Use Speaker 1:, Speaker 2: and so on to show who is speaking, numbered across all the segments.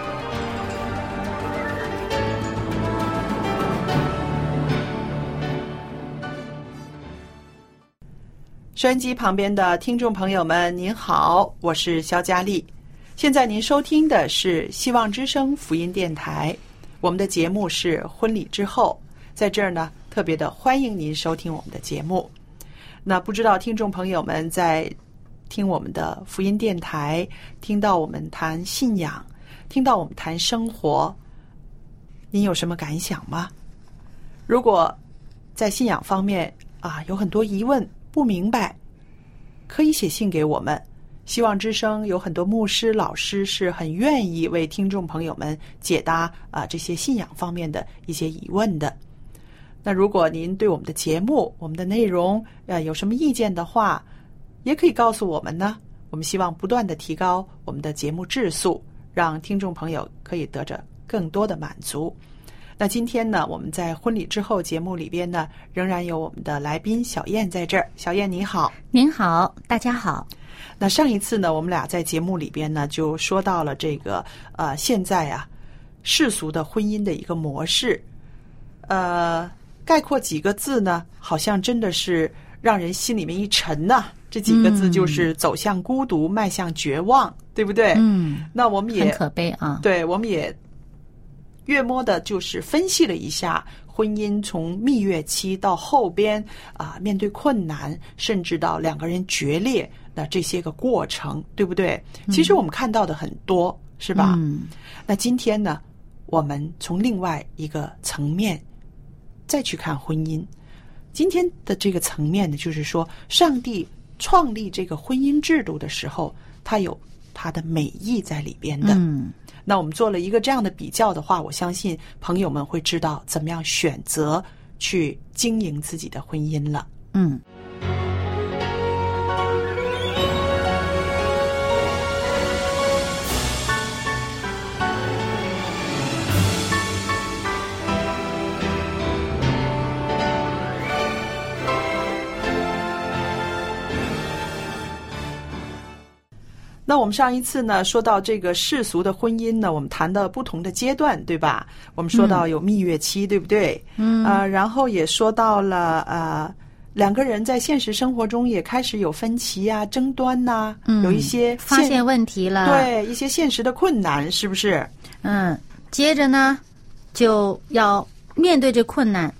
Speaker 1: 收音机旁边的听众朋友们，您好，我是肖佳丽。现在您收听的是希望之声福音电台，我们的节目是婚礼之后，在这儿呢，特别的欢迎您收听我们的节目。那不知道听众朋友们在听我们的福音电台，听到我们谈信仰，听到我们谈生活，您有什么感想吗？如果在信仰方面啊有很多疑问不明白，可以写信给我们。希望之声有很多牧师、老师是很愿意为听众朋友们解答啊这些信仰方面的一些疑问的。那如果您对我们的节目、我们的内容呃有什么意见的话，也可以告诉我们呢。我们希望不断的提高我们的节目质素，让听众朋友可以得着更多的满足。那今天呢，我们在婚礼之后节目里边呢，仍然有我们的来宾小燕在这儿。小燕你好，
Speaker 2: 您好，大家好。
Speaker 1: 那上一次呢，我们俩在节目里边呢就说到了这个呃，现在啊世俗的婚姻的一个模式，呃，概括几个字呢，好像真的是让人心里面一沉呐、这几个字就是走向孤独，迈向绝望，对不对？
Speaker 2: 嗯，
Speaker 1: 那我哎们也
Speaker 2: 很可悲啊。
Speaker 1: 对，我们也月摸的，就是分析了一下婚姻从蜜月期到后边啊、面对困难，甚至到两个人决裂的这些个过程，对不对？其实我们看到的很多，是吧？
Speaker 2: 嗯，
Speaker 1: 那今天呢，我们从另外一个层面再去看婚姻。今天的这个层面呢，就是说，上帝创立这个婚姻制度的时候，他有他的美意在里边的。
Speaker 2: 嗯，
Speaker 1: 那我们做了一个这样的比较的话，我相信朋友们会知道怎么样选择去经营自己的婚姻了。
Speaker 2: 嗯，
Speaker 1: 那我们上一次呢，说到这个世俗的婚姻呢，我们谈到不同的阶段，对吧？我们说到有蜜月期，对不对？嗯。呃，然后也说到了呃，两个人在现实生活中也开始有分歧呀、争端呐、
Speaker 2: 嗯
Speaker 1: 有一些
Speaker 2: 发现问题了。，
Speaker 1: 对一些现实的困难，是不是？
Speaker 2: 嗯，接着呢，就要面对这困难。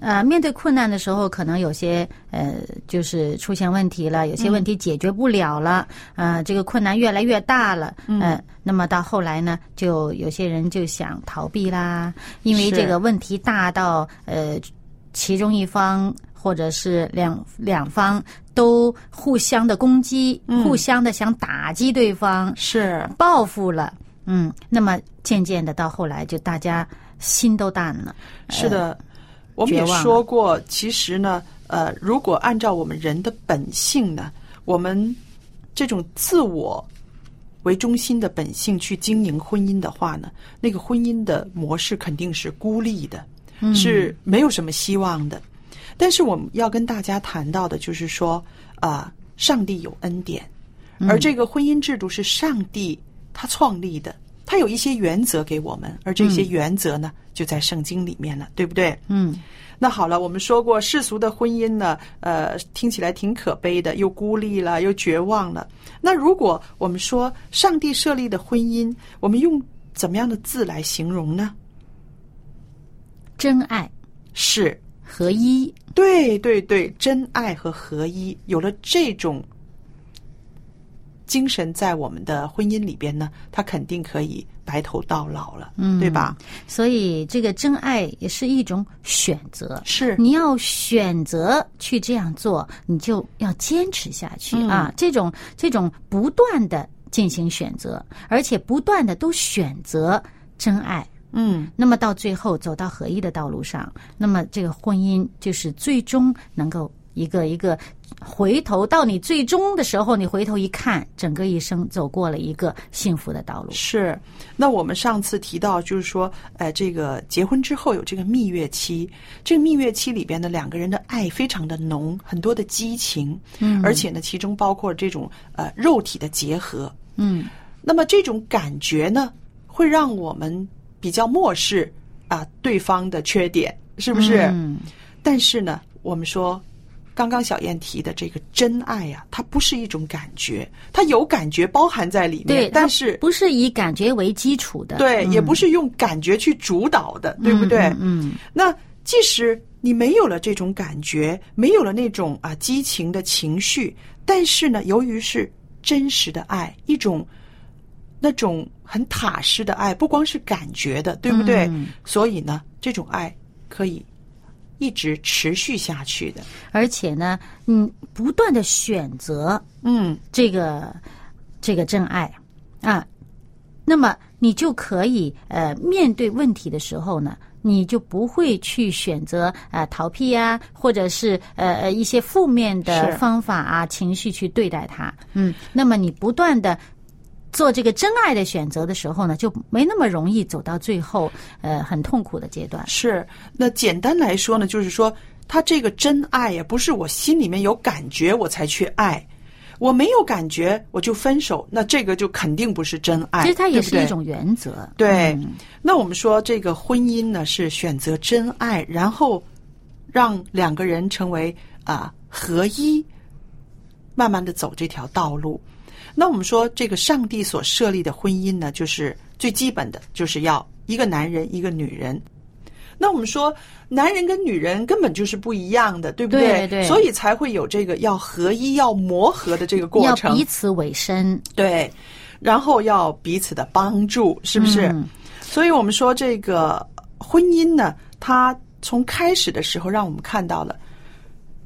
Speaker 2: 呃，面对困难的时候，可能有些呃，就是出现问题了，有些问题解决不了了，呃，这个困难越来越大了，嗯、那么到后来呢，就有些人就想逃避啦，因为
Speaker 1: 是
Speaker 2: 这个问题大到呃，其中一方或者是两两方都互相的攻击，互相的想打击对方，
Speaker 1: 是，
Speaker 2: 报复了，嗯，那么渐渐的到后来就大家心都淡了，
Speaker 1: 是的，呃我们也
Speaker 2: 绝望了
Speaker 1: 说过，其实呢，呃，如果按照我们人的本性呢，我们这种自我为中心的本性去经营婚姻的话呢，那
Speaker 2: 嗯
Speaker 1: 个婚姻的模式肯定是孤立的，是没有什么希望的。但是我们要跟大家谈到的就是说，啊、上帝有恩典，而这个婚姻制度是上帝他创立的，他有一些原则给我们，而这些原则呢，就在圣经里面了，对不对？
Speaker 2: 嗯
Speaker 1: 那好了，我们说过世俗的婚姻呢，呃，听起来挺可悲的，又孤立了，又绝望了。那如果我们说上帝设立的婚姻，我们用怎么样的字来形容呢？
Speaker 2: 真爱
Speaker 1: 是
Speaker 2: 合一，
Speaker 1: 对对对，真爱和合一，有了这种精神在我们的婚姻里边呢，他肯定可以白头到老了，嗯，对吧？
Speaker 2: 所以这个真爱也是一种选择。
Speaker 1: 是，
Speaker 2: 你要选择去这样做，你就要坚持下去啊！这种这种不断的进行选择，而且不断的都选择真爱，
Speaker 1: 嗯，
Speaker 2: 那么到最后走到合一的道路上，那么这个婚姻就是最终能够一个一个回头到你最终的时候，你回头一看，整个一生走过了一个幸福的道路。
Speaker 1: 是，那我们上次提到，就是说，呃，这个结婚之后有这个蜜月期，这个蜜月期里边的两个人的爱非常的浓，很多的激情，嗯，而且呢，其中包括这种呃肉体的结合，
Speaker 2: 嗯，
Speaker 1: 那么这种感觉呢，会让我们比较漠视啊、对方的缺点，是不是？
Speaker 2: 嗯
Speaker 1: 但是呢，我们说，刚刚小燕提的这个真爱呀、它不是一种感觉，它有感觉包含在里面，
Speaker 2: 对，
Speaker 1: 但
Speaker 2: 它
Speaker 1: 是
Speaker 2: 不是以感觉为基础的，
Speaker 1: 对，
Speaker 2: 嗯
Speaker 1: 也不是用感觉去主导的，对不对？
Speaker 2: 嗯，
Speaker 1: 那即使你没有了这种感觉，没有了那种啊激情的情绪，但是呢，由于是真实的爱，一种那种很踏实的爱，不光是感觉的，对不对？
Speaker 2: 嗯
Speaker 1: 所以呢，这种爱可以一直持续下去的。
Speaker 2: 而且呢，嗯，不断的选择
Speaker 1: 嗯，
Speaker 2: 这个这个真爱啊，那么你就可以呃面对问题的时候呢，你就不会去选择呃逃避啊，或者是呃呃一些负面的
Speaker 1: 是
Speaker 2: 方法啊情绪去对待它。嗯，那么你不断的。做这个真爱的选择的时候呢，就没那么容易走到最后，呃，很痛苦的阶段。
Speaker 1: 是。那简单来说呢，就是说，他这个真爱呀，不是我心里面有感觉我才去爱，我没有感觉我就分手，那这个就肯定不是真爱。
Speaker 2: 其实它也是
Speaker 1: 对不对
Speaker 2: 一种原则。
Speaker 1: 对
Speaker 2: 嗯，
Speaker 1: 那我们说这个婚姻呢是选择真爱，然后让两个人成为啊、合一，慢慢的走这条道路。那我们说这个上帝所设立的婚姻呢，就是最基本的，就是要一个男人一个女人。那我们说，男人跟女人根本就是不一样的，对不
Speaker 2: 对
Speaker 1: 对
Speaker 2: 对
Speaker 1: 所以才会有这个要合一、要磨合的这个过
Speaker 2: 要
Speaker 1: 程。
Speaker 2: 彼此委身，
Speaker 1: 对，然后要彼此的帮助，是不是？
Speaker 2: 嗯
Speaker 1: 所以我们说这个婚姻呢，它从开始的时候让我们看到了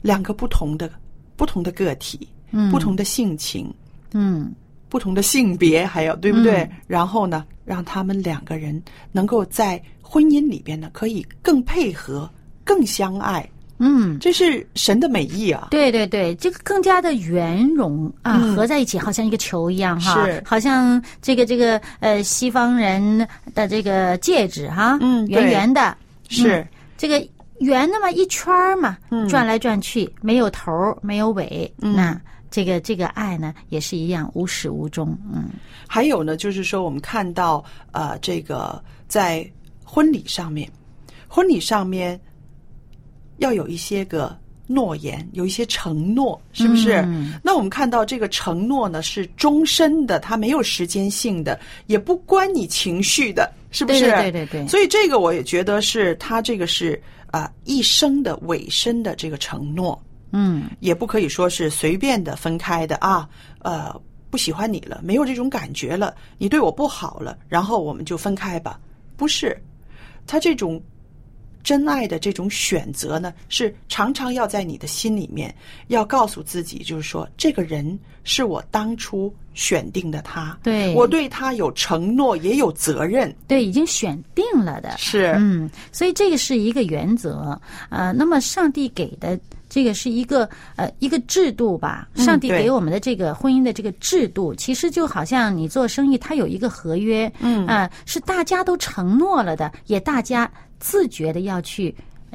Speaker 1: 两个不同的不同的个体，
Speaker 2: 嗯
Speaker 1: 不同的性情，
Speaker 2: 嗯，
Speaker 1: 不同的性别，还有对不对？
Speaker 2: 嗯
Speaker 1: 然后呢，让他们两个人能够在婚姻里边呢，可以更配合、更相爱，
Speaker 2: 嗯，
Speaker 1: 这是神的美意啊！
Speaker 2: 对对对，这个更加的圆融啊，
Speaker 1: 嗯
Speaker 2: 合在一起好像一个球一样哈，
Speaker 1: 是
Speaker 2: 好像这个这个呃西方人的这个戒指哈，
Speaker 1: 嗯对
Speaker 2: 圆圆的，
Speaker 1: 是。
Speaker 2: 这个圆那么一圈儿嘛，
Speaker 1: 嗯
Speaker 2: 转来转去，没有头儿，没有尾，那这个这个爱呢也是一样，无始无终，嗯
Speaker 1: 还有呢，就是说我们看到呃，这个在婚礼上面，婚礼上面要有一些个诺言，有一些承诺，是不是？
Speaker 2: 嗯
Speaker 1: 那我们看到这个承诺呢是终身的，它没有时间性的，也不关你情绪的，是不是？
Speaker 2: 对对对对对
Speaker 1: 所以这个我也觉得是它这个是啊、一生的尾声的这个承诺。
Speaker 2: 嗯，
Speaker 1: 也不可以说是随便的分开的啊，呃，不喜欢你了，没有这种感觉了，你对我不好了，然后我们就分开吧。不是，他这种真爱的这种选择呢，是常常要在你的心里面，要告诉自己，就是说，这个人是我当初选定的他，
Speaker 2: 对
Speaker 1: 我对他有承诺，也有责任，
Speaker 2: 对，已经选定了的，
Speaker 1: 是
Speaker 2: 嗯，所以这个是一个原则，呃，那么上帝给的这个是一个呃一个制度吧，
Speaker 1: 嗯
Speaker 2: 上帝
Speaker 1: 对
Speaker 2: 给我们的这个婚姻的这个制度，其实就好像你做生意，它有一个合约，呃嗯啊、是大家都承诺了的，也大家自觉的要去。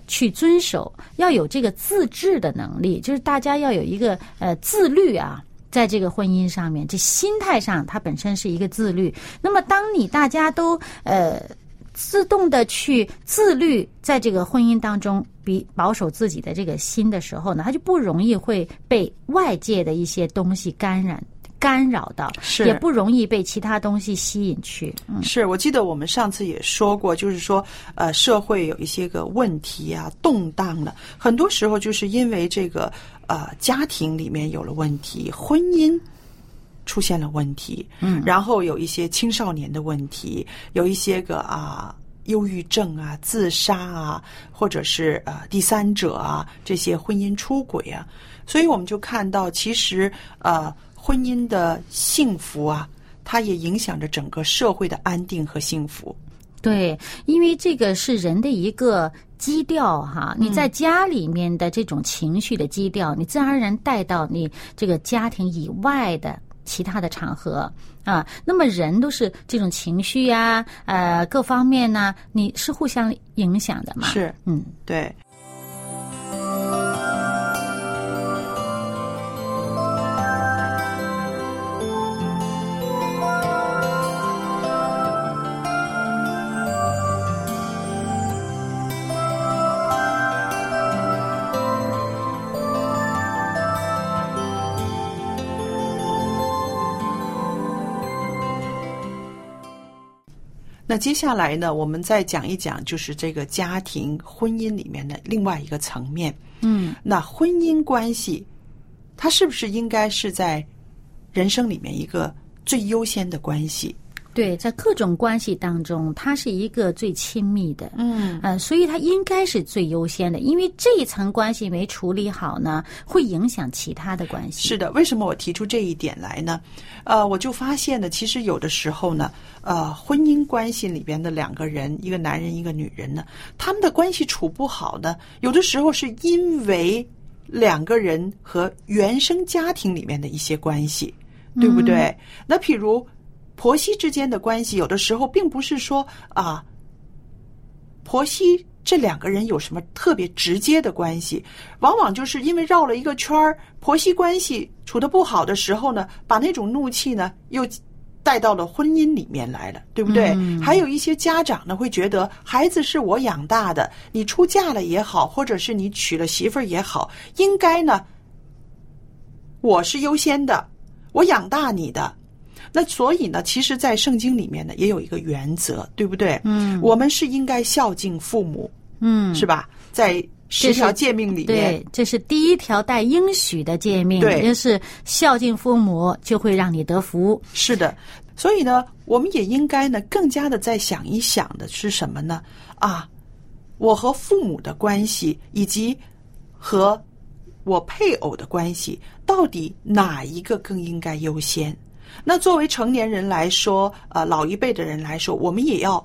Speaker 2: 去遵守，要有这个自制的能力，就是大家要有一个呃自律啊。在这个婚姻上面，这心态上，它本身是一个自律。那么，当你大家都呃自动的去自律，在这个婚姻当中，比保守自己的这个心的时候呢，他就不容易会被外界的一些东西干染干扰到，
Speaker 1: 是
Speaker 2: 也不容易被其他东西吸引去。嗯，
Speaker 1: 是我记得我们上次也说过，就是说，呃，社会有一些个问题啊，动荡了，很多时候就是因为这个呃家庭里面有了问题，婚姻出现了问题，嗯，然后有一些青少年的问题，有一些个啊。忧郁症啊、自杀啊，或者是呃第三者啊，这些婚姻出轨啊，所以我们就看到，其实呃婚姻的幸福啊，它也影响着整个社会的安定和幸福。
Speaker 2: 对，因为这个是人的一个基调哈，
Speaker 1: 嗯
Speaker 2: 你在家里面的这种情绪的基调，你自然而然带到你这个家庭以外的其他的场合啊。那么人都是这种情绪呀、呃各方面呢、你是互相影响的嘛。，
Speaker 1: 是
Speaker 2: 嗯，
Speaker 1: 对。那接下来呢，我们再讲一讲，就是这个家庭婚姻里面的另外一个层面。
Speaker 2: 嗯，
Speaker 1: 那婚姻关系，它是不是应该是在人生里面一个最优先的关系？
Speaker 2: 对，在各种关系当中，它是一个最亲密的。
Speaker 1: 嗯，
Speaker 2: 呃，所以它应该是最优先的，因为这一层关系没处理好呢，会影响其他的关系。
Speaker 1: 是的，为什么我提出这一点来呢？呃，我就发现呢，其实有的时候呢，呃，婚姻关系里边的两个人，一个男人一个女人呢，他们的关系处不好呢，有的时候是因为两个人和原生家庭里面的一些关系，对不对？那譬如婆媳之间的关系，有的时候并不是说啊。婆媳这两个人有什么特别直接的关系？往往就是因为绕了一个圈儿，婆媳关系处得不好的时候呢，把那种怒气呢又带到了婚姻里面来了，对不对？还有一些家长呢会觉得孩子是我养大的，你出嫁了也好，或者是你娶了媳妇儿也好，应该呢我是优先的，我养大你的。那所以呢，其实，在圣经里面呢，也有一个原则，对不对？嗯，我们是应该孝敬父母，
Speaker 2: 嗯，
Speaker 1: 是吧？在十
Speaker 2: 这
Speaker 1: 条
Speaker 2: 是
Speaker 1: 诫命里面，
Speaker 2: 对，这是第一条带应许的诫命，
Speaker 1: 对
Speaker 2: 也就是孝敬父母就会让你得福。
Speaker 1: 是的。所以呢，我们也应该呢，更加的再想一想的是什么呢？啊，我和父母的关系，以及和我配偶的关系，到底哪一个更应该优先？那作为成年人来说，呃，老一辈的人来说，我们也要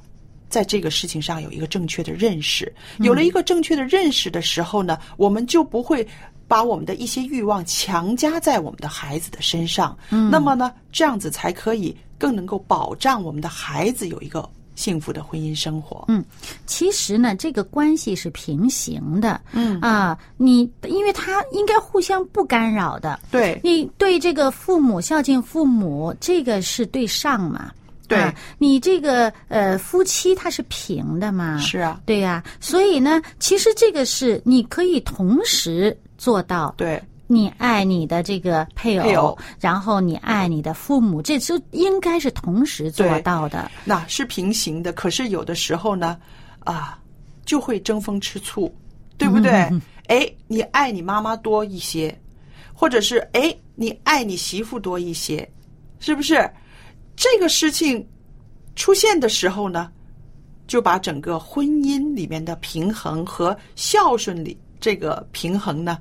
Speaker 1: 在这个事情上有一个正确的认识。有了一个正确的认识的时候呢，我们就不会把我们的一些欲望强加在我们的孩子的身上。那么呢，这样子才可以更能够保障我们的孩子有一个幸福的婚姻生活。嗯，
Speaker 2: 其实呢，这个关系是平行的，嗯啊，你因为它应该互相不干扰的。
Speaker 1: 对，
Speaker 2: 你对这个父母孝敬父母，这个是对上嘛？
Speaker 1: 对
Speaker 2: 啊你这个呃夫妻它是平的嘛？
Speaker 1: 是啊，
Speaker 2: 对呀、所以呢，其实这个是你可以同时做到，
Speaker 1: 对，
Speaker 2: 你爱你的这个配偶，
Speaker 1: 配偶
Speaker 2: 然后你爱你的父母，这就应该是同时做到的。
Speaker 1: 那是平行的，可是有的时候呢，啊，就会争风吃醋，对不 对？哎，你爱你妈妈多一些，或者是哎，你爱你媳妇多一些，是不是？这个事情出现的时候呢，就把整个婚姻里面的平衡和孝顺里这个平衡呢，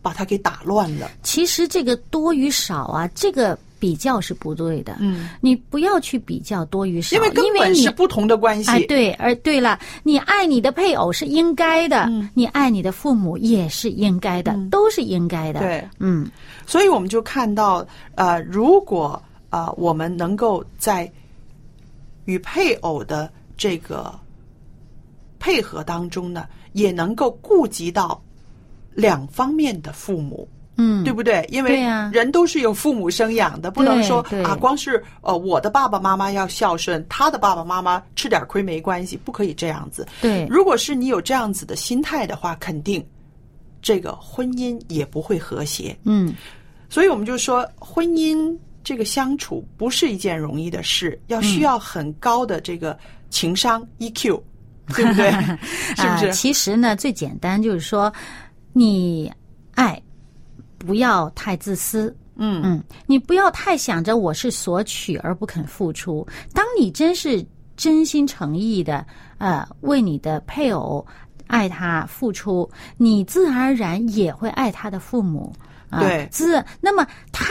Speaker 1: 把它给打乱了。
Speaker 2: 其实这个多与少啊，这个比较是不对的。
Speaker 1: 嗯，
Speaker 2: 你不要去比较多与少，
Speaker 1: 因为根哎本
Speaker 2: 你
Speaker 1: 是不同的关系。
Speaker 2: 啊，对，而对了，你爱你的配偶是应该的，
Speaker 1: 嗯
Speaker 2: 你爱你的父母也是应该的，都是应该的。
Speaker 1: 对
Speaker 2: 嗯，
Speaker 1: 所以我们就看到，呃，如果呃我们能够在与配偶的这个配合当中呢，也能够顾及到两方面的父母。
Speaker 2: 嗯，
Speaker 1: 对不对？因为
Speaker 2: 对呀
Speaker 1: 人都是有父母生养的，不能
Speaker 2: 对
Speaker 1: 说
Speaker 2: 对
Speaker 1: 啊，光是呃我的爸爸妈妈要孝顺，他的爸爸妈妈吃点亏没关系，不可以这样子。
Speaker 2: 对，
Speaker 1: 如果是你有这样子的心态的话，肯定这个婚姻也不会和谐。
Speaker 2: 嗯，
Speaker 1: 所以我们就说，婚姻这个相处不是一件容易的事，要需要很高的这个情商 EQ，对不对？是不
Speaker 2: 啊、
Speaker 1: 是？
Speaker 2: 其实呢，最简单就是说，你爱不要太自私。
Speaker 1: 嗯
Speaker 2: 嗯，你不要太想着我是索取而不肯付出。当你真是真心诚意的，呃，为你的配偶爱他付出，你自然而然也会爱他的父母。啊、
Speaker 1: 对
Speaker 2: 自那么他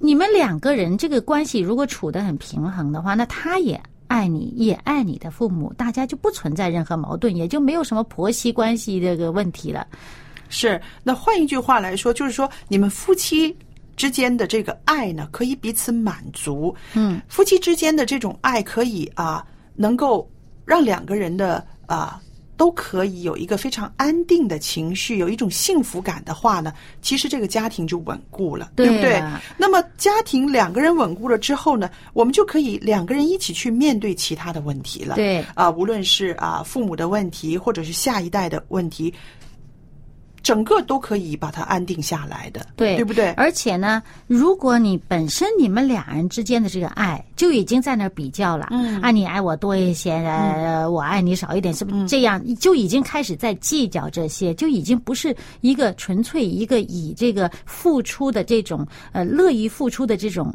Speaker 2: 你们两个人这个关系如果处得很平衡的话，那他也爱你，也爱你的父母，大家就不存在任何矛盾，也就没有什么婆媳关系这个问题了。
Speaker 1: 是。那换一句话来说，就是说你们夫妻。之间的这个爱呢，可以彼此满足。
Speaker 2: 嗯，
Speaker 1: 夫妻之间的这种爱，可以啊，能够让两个人的啊，都可以有一个非常安定的情绪，有一种幸福感的话呢，其实这个家庭就稳固了，不
Speaker 2: 对
Speaker 1: 对
Speaker 2: 啊？
Speaker 1: 那么家庭两个人稳固了之后呢，我们就可以两个人一起去面对其他的问题了。
Speaker 2: 对
Speaker 1: 啊、无论是啊、父母的问题，或者是下一代的问题，整个都可以把它安定下来的，
Speaker 2: 对，
Speaker 1: 对不对？
Speaker 2: 而且呢，如果你本身你们俩人之间的这个爱就已经在那儿比较了，
Speaker 1: 嗯
Speaker 2: 啊，你爱我多一些，呃，我爱你少一点，是不是这样？就已经开始在计较这些，就已经不是一个纯粹一个以这个付出的这种呃乐于付出的这种。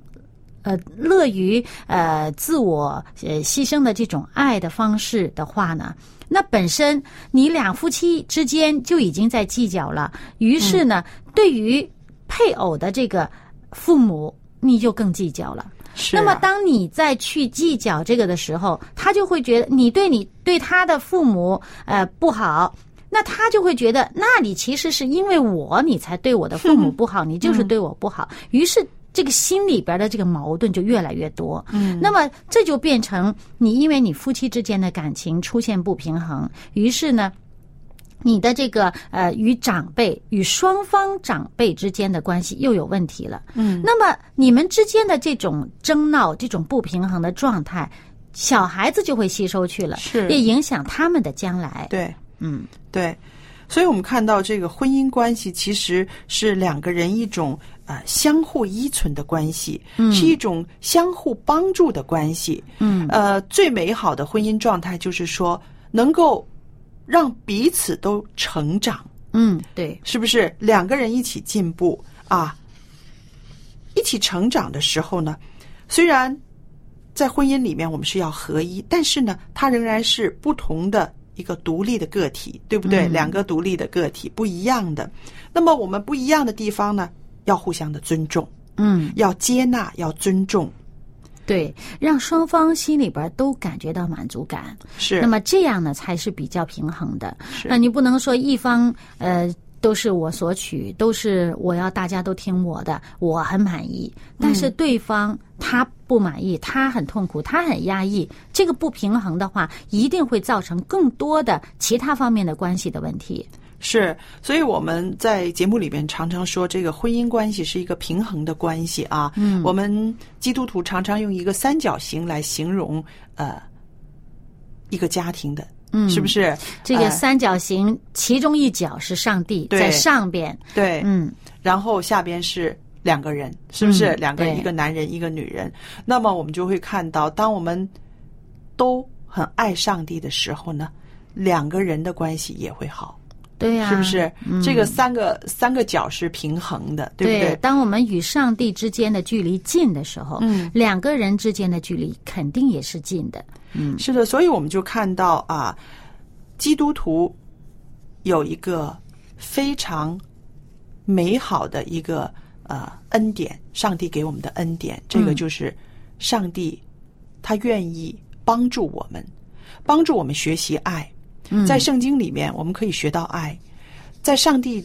Speaker 2: 呃，乐于呃自我呃牺牲的这种爱的方式的话呢，那本身你俩夫妻之间就已经在计较了，于是呢，对于配偶的这个父母，你就更计较了。
Speaker 1: 是啊
Speaker 2: 那么，当你再去计较这个的时候，他就会觉得你对你对他的父母呃不好，那他就会觉得，那你其实是因为我你才对我的父
Speaker 1: 嗯
Speaker 2: 母不好，你就是对我不好。于是这个心里边的这个矛盾就越来越多。嗯，那么这就变成你因为你夫妻之间的感情出现不平衡，于是呢。你的这个呃与长辈与双方长辈之间的关系又有问题了。嗯，那么你们之间的这种争闹、这种不平衡的状态，小孩子就会吸收去了，
Speaker 1: 是
Speaker 2: 也影响他们的将来。
Speaker 1: 对，
Speaker 2: 嗯，
Speaker 1: 对，所以我们看到这个婚姻关系其实是两个人一种呃相互依存的关系，是一种相互帮助的关系。
Speaker 2: 嗯，
Speaker 1: 呃，最美好的婚姻状态就是说能够让彼此都成长，
Speaker 2: 嗯，对，
Speaker 1: 是不是？两个人一起进步啊，一起成长的时候呢，虽然在婚姻里面我们是要合一，但是呢，它仍然是不同的一个独立的个体，对不对？两个独立的个体不一样的。那么我们不一样的地方呢，要互相的尊重，
Speaker 2: 嗯，
Speaker 1: 要接纳，要尊重，
Speaker 2: 对，让双方心里边都感觉到满足感。
Speaker 1: 是
Speaker 2: 那么这样呢才是比较平衡的。
Speaker 1: 是
Speaker 2: 那你不能说一方呃都是我索取，都是我要大家都听我的，我很满意，但是对方他不满意，他很痛苦，他很压抑，这个不平衡的话，一定会造成更多的其他方面的关系的问题。
Speaker 1: 是，所以我们在节目里边常常说，这个婚姻关系是一个平衡的关系啊。嗯，我们基督徒常常用一个三角形来形容呃一个家庭的，
Speaker 2: 嗯
Speaker 1: 是不是？
Speaker 2: 这个
Speaker 1: 呃
Speaker 2: 三角形其中一角是上帝，
Speaker 1: 对
Speaker 2: 在上边，
Speaker 1: 对，
Speaker 2: 嗯，
Speaker 1: 然后下边是两个人，是不是？
Speaker 2: 嗯
Speaker 1: 两个人，
Speaker 2: 对
Speaker 1: 一个男人，一个女人。那么我们就会看到，当我们都很爱上帝的时候呢，两个人的关系也会好，
Speaker 2: 对啊嗯呀、
Speaker 1: 是不是？这个三个三个角是平衡的，对不对？
Speaker 2: 当我们与上帝之间的距离近的时候，
Speaker 1: 嗯
Speaker 2: 两个人之间的距离肯定也是近的。
Speaker 1: 是的，所以我们就看到啊，基督徒有一个非常美好的一个呃恩典，上帝给我们的恩典，这个就是上帝他愿意帮助我们，帮助我们学习爱。在圣经里面，我们可以学到爱，在上帝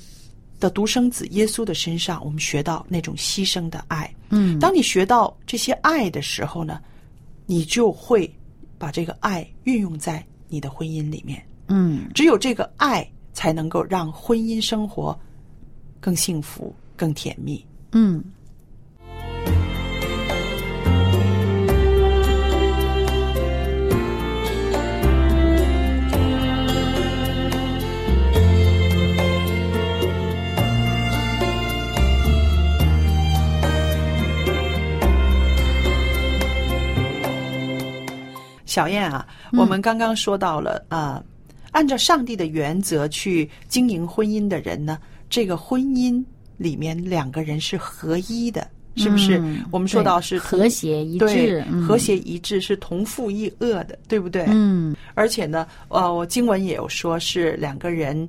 Speaker 1: 的独生子耶稣的身上，我们学到那种牺牲的爱。
Speaker 2: 嗯，
Speaker 1: 当你学到这些爱的时候呢，你就会把这个爱运用在你的婚姻里面。
Speaker 2: 嗯
Speaker 1: 只有这个爱，才能够让婚姻生活更幸福、更甜蜜。
Speaker 2: 嗯。
Speaker 1: 小燕啊，我
Speaker 2: 嗯
Speaker 1: 们刚刚说到了啊、按照上帝的原则去经营婚姻的人呢，这个婚姻里面两个人是合一的，是不是？
Speaker 2: 嗯
Speaker 1: 我们说到是
Speaker 2: 对和谐一
Speaker 1: 对
Speaker 2: 致，嗯
Speaker 1: 和谐一致是同父异恶的，对不对？
Speaker 2: 嗯
Speaker 1: 而且呢，呃，我经文也有说是两个人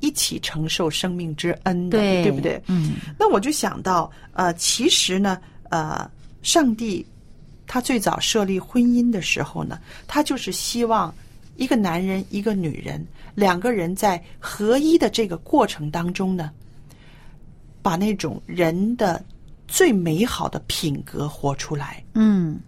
Speaker 1: 一起承受生命之恩的，
Speaker 2: 对，
Speaker 1: 对不对？
Speaker 2: 嗯
Speaker 1: 那我就想到，呃，其实呢，呃，上帝他最早设立婚姻的时候呢，他就是希望一个男人一个女人两个人在合一的这个过程当中呢，把那种人的最美好的品格活出来。
Speaker 2: 嗯，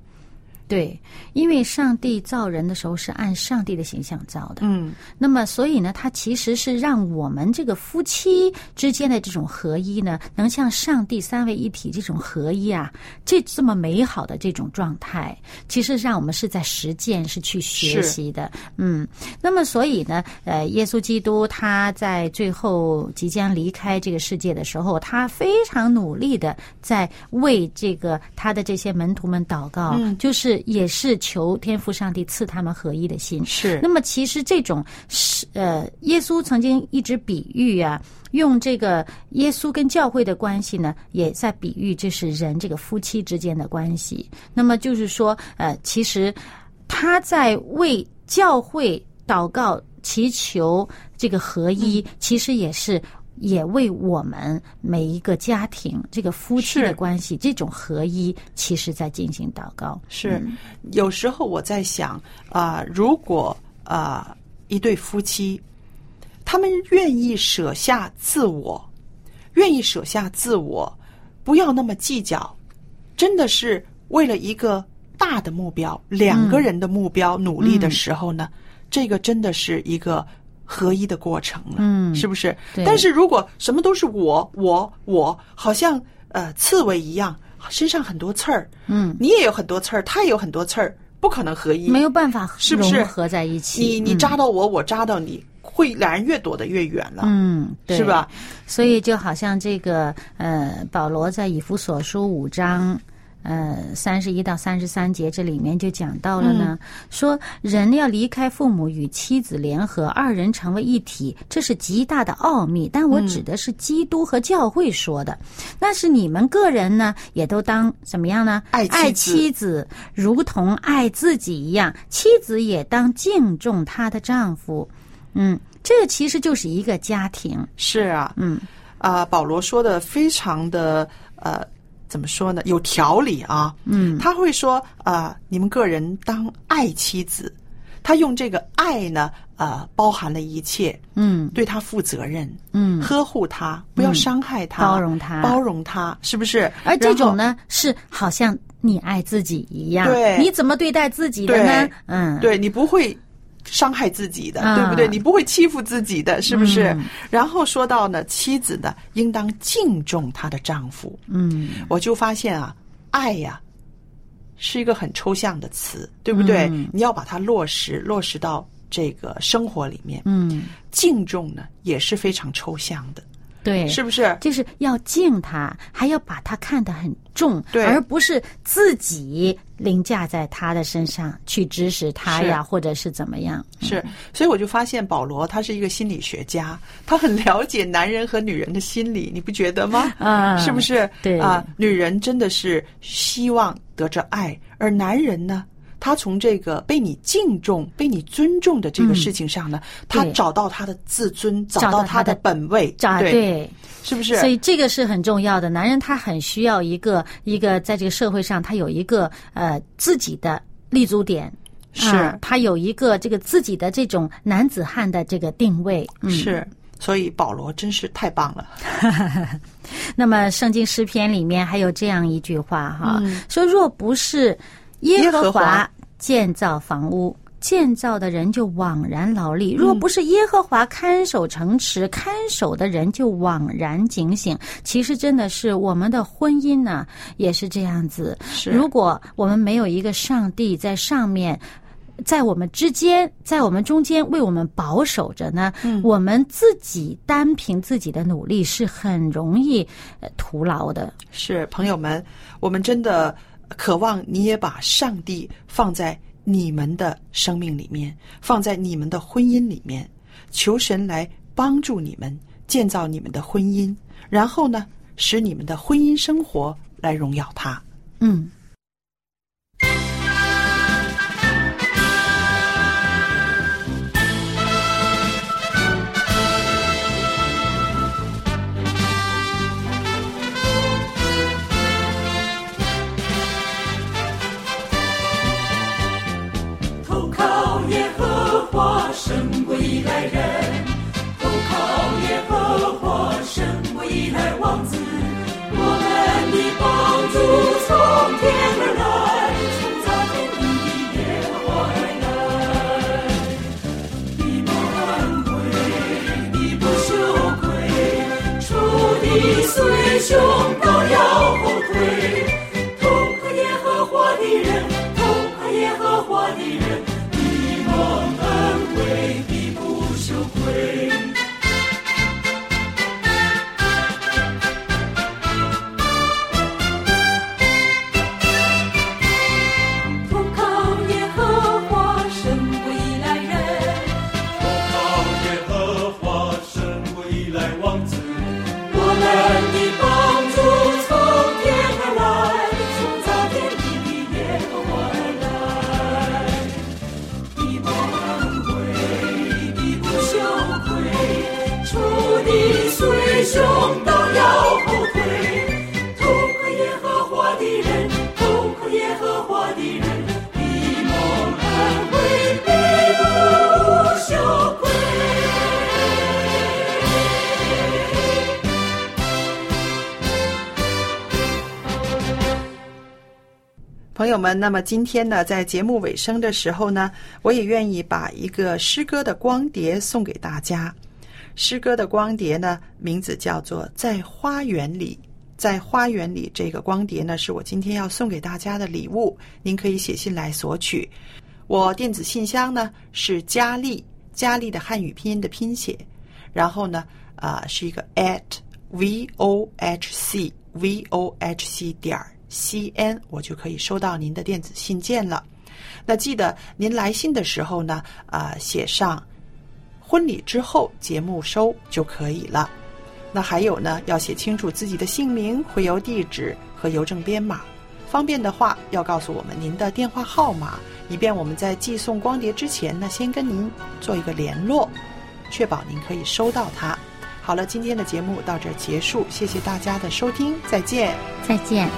Speaker 2: 对，因为上帝造人的时候是按上帝的形象造的，
Speaker 1: 嗯
Speaker 2: 那么所以呢，它其实是让我们这个夫妻之间的这种合一呢，能像上帝三位一体这种合一啊，这这么美好的这种状态，其实让我们是在实践，是去学习的。嗯，那么所以呢，呃，耶稣基督他在最后即将离开这个世界的时候，他非常努力的在为这个他的这些门徒们祷告，
Speaker 1: 嗯
Speaker 2: 就是也是求天父上帝赐他们合一的心。
Speaker 1: 是
Speaker 2: 那么其实这种是呃，耶稣曾经一直比喻啊，用这个耶稣跟教会的关系呢，也在比喻这是人这个夫妻之间的关系。那么就是说，呃，其实他在为教会祷告祈求这个合一，
Speaker 1: 嗯
Speaker 2: 其实也是。也为我们每一个家庭这个夫妻的
Speaker 1: 是
Speaker 2: 关系这种合一，其实在进行祷告。
Speaker 1: 是，有时候我在想啊、如果啊、一对夫妻，他们愿意舍下自我，愿意舍下自我，不要那么计较，真的是为了一个大的目标，两个人的目标
Speaker 2: 嗯
Speaker 1: 努力的时候呢，这个真的是一个合一的过程了，
Speaker 2: 嗯
Speaker 1: 是不是？
Speaker 2: 对
Speaker 1: 但是如果什么都是我我我，好像呃刺猬一样，身上很多刺儿，
Speaker 2: 嗯，
Speaker 1: 你也有很多刺儿，他也有很多刺儿，不可能合一。
Speaker 2: 没有办法
Speaker 1: 是不是
Speaker 2: 融合在一起。
Speaker 1: 你你
Speaker 2: 嗯
Speaker 1: 扎到我，我扎到你，会俩人越躲得越远了，
Speaker 2: 嗯，对
Speaker 1: 是？吧？
Speaker 2: 所以就好像这个呃，保罗在以弗所书五章。呃，三十一到三十三节这里面就讲到了
Speaker 1: 嗯
Speaker 2: 呢，说人要离开父母与妻子联合，二人成为一体，这是极大的奥秘。但我
Speaker 1: 嗯
Speaker 2: 指的是基督和教会说的，那是你们个人呢，也都当怎么样呢？
Speaker 1: 爱妻子
Speaker 2: 妻子如同爱自己一样，妻子也当敬重她的丈夫。嗯，这其实就是一个家庭。
Speaker 1: 是啊，
Speaker 2: 嗯
Speaker 1: 啊、保罗说的非常的呃，怎么说呢？有条理啊。
Speaker 2: 嗯，
Speaker 1: 他会说啊、你们个人当爱妻子，他用这个爱呢，呃，包含了一切，
Speaker 2: 嗯
Speaker 1: 对他负责任，
Speaker 2: 嗯，
Speaker 1: 呵护他，不要伤害他，
Speaker 2: 包容他
Speaker 1: 包容他，是不是？
Speaker 2: 而这
Speaker 1: 然后
Speaker 2: 种呢，是好像你爱自己一样，
Speaker 1: 对
Speaker 2: 你怎么对待自己的呢
Speaker 1: 对？
Speaker 2: 嗯，，
Speaker 1: 对你不会伤害自己的，
Speaker 2: 啊
Speaker 1: 对不对？你不会欺负自己的，是不是？
Speaker 2: 嗯
Speaker 1: 然后说到呢，妻子呢，应当敬重她的丈夫。
Speaker 2: 嗯
Speaker 1: 我就发现啊，爱呀、是一个很抽象的词，对不对？
Speaker 2: 嗯
Speaker 1: 你要把它落实，落实到这个生活里面。
Speaker 2: 嗯，
Speaker 1: 敬重呢，也是非常抽象的，
Speaker 2: 对，嗯
Speaker 1: 是不是？
Speaker 2: 就是要敬他，还要把他看得很重，
Speaker 1: 对
Speaker 2: 而不是自己凌驾在他的身上去指使他呀，
Speaker 1: 是
Speaker 2: 或者是怎么样？
Speaker 1: 是，所以我就发现保罗他是一个心理学家，他很了解男人和女人的心理，你不觉得吗？
Speaker 2: 啊
Speaker 1: 是不是？
Speaker 2: 对
Speaker 1: 啊，女人真的是希望得着爱，而男人呢，他从这个被你敬重、被你尊重的这个事情上呢，
Speaker 2: 嗯
Speaker 1: 他
Speaker 2: 对
Speaker 1: 找到他的自尊，
Speaker 2: 找
Speaker 1: 找
Speaker 2: 到
Speaker 1: 到
Speaker 2: 他
Speaker 1: 他
Speaker 2: 的
Speaker 1: 的本位，
Speaker 2: 啊，对，
Speaker 1: 是不是？
Speaker 2: 所以这个是很重要的。男人他很需要一个一个在这个社会上，他有一个呃自己的立足点，
Speaker 1: 是
Speaker 2: 啊他有一个这个自己的这种男子汉的这个定位。嗯，
Speaker 1: 是，所以保罗真是太棒了。
Speaker 2: 那么《圣经诗篇》里面还有这样一嗯句话哈，说若不是耶
Speaker 1: 耶
Speaker 2: 和
Speaker 1: 和
Speaker 2: 华
Speaker 1: 华
Speaker 2: 建造房屋，建造的人就枉然劳力；若不是耶和华看守城池，看守的人就枉然警醒。其实真的是我们的婚姻呢、也是这样子。
Speaker 1: 是
Speaker 2: 如果我们没有一个上帝在上面，在我们之间，在我们中间为我们保守着呢，我们自己单凭自己的努力是很容易呃徒劳的。
Speaker 1: 是朋友们，我们真的渴望你也把上帝放在你们的生命里面，放在你们的婚姻里面，求神来帮助你们建造你们的婚姻，然后呢，使你们的婚姻生活来荣耀他。
Speaker 2: 嗯，
Speaker 3: 投靠耶和华胜过依赖人，投靠耶和华胜过依赖王子。我们的帮助从天而来，从造天地的耶和华而来。你不安慰，你不羞愧，出的虽凶，都要后退。投靠耶和华的人，投靠耶和华的人，必蒙安慰，必不羞愧。投靠耶和华，胜过依赖人。投靠耶和华，胜过依赖王子。我们的帮助从天而来，从造天地的耶和华而来。必不安慰，必不羞愧，出的虽凶，都要后退。投靠耶和华的人，投靠耶和华的人，必蒙安慰，必不羞愧。
Speaker 1: 朋友们，那么今天呢，在节目尾声的时候呢，我也愿意把一个诗歌的光碟送给大家。诗歌的光碟呢，名字叫做《在花园里》。在花园里，这个光碟呢，是我今天要送给大家的礼物，您可以写信来索取。我电子信箱呢是佳丽，佳丽的汉语拼音的拼写，然后呢，啊、是一个 at v o h c v o h c 点儿 c n，我就可以收到您的电子信件了。那记得您来信的时候呢，啊、写上婚礼之后节目收就可以了。那还有呢，要写清楚自己的姓名、回邮地址和邮政编码。方便的话，要告诉我们您的电话号码，以便我们在寄送光碟之前呢，先跟您做一个联络，确保您可以收到它。好了，今天的节目到这儿结束，谢谢大家的收听，再见。
Speaker 2: 再见。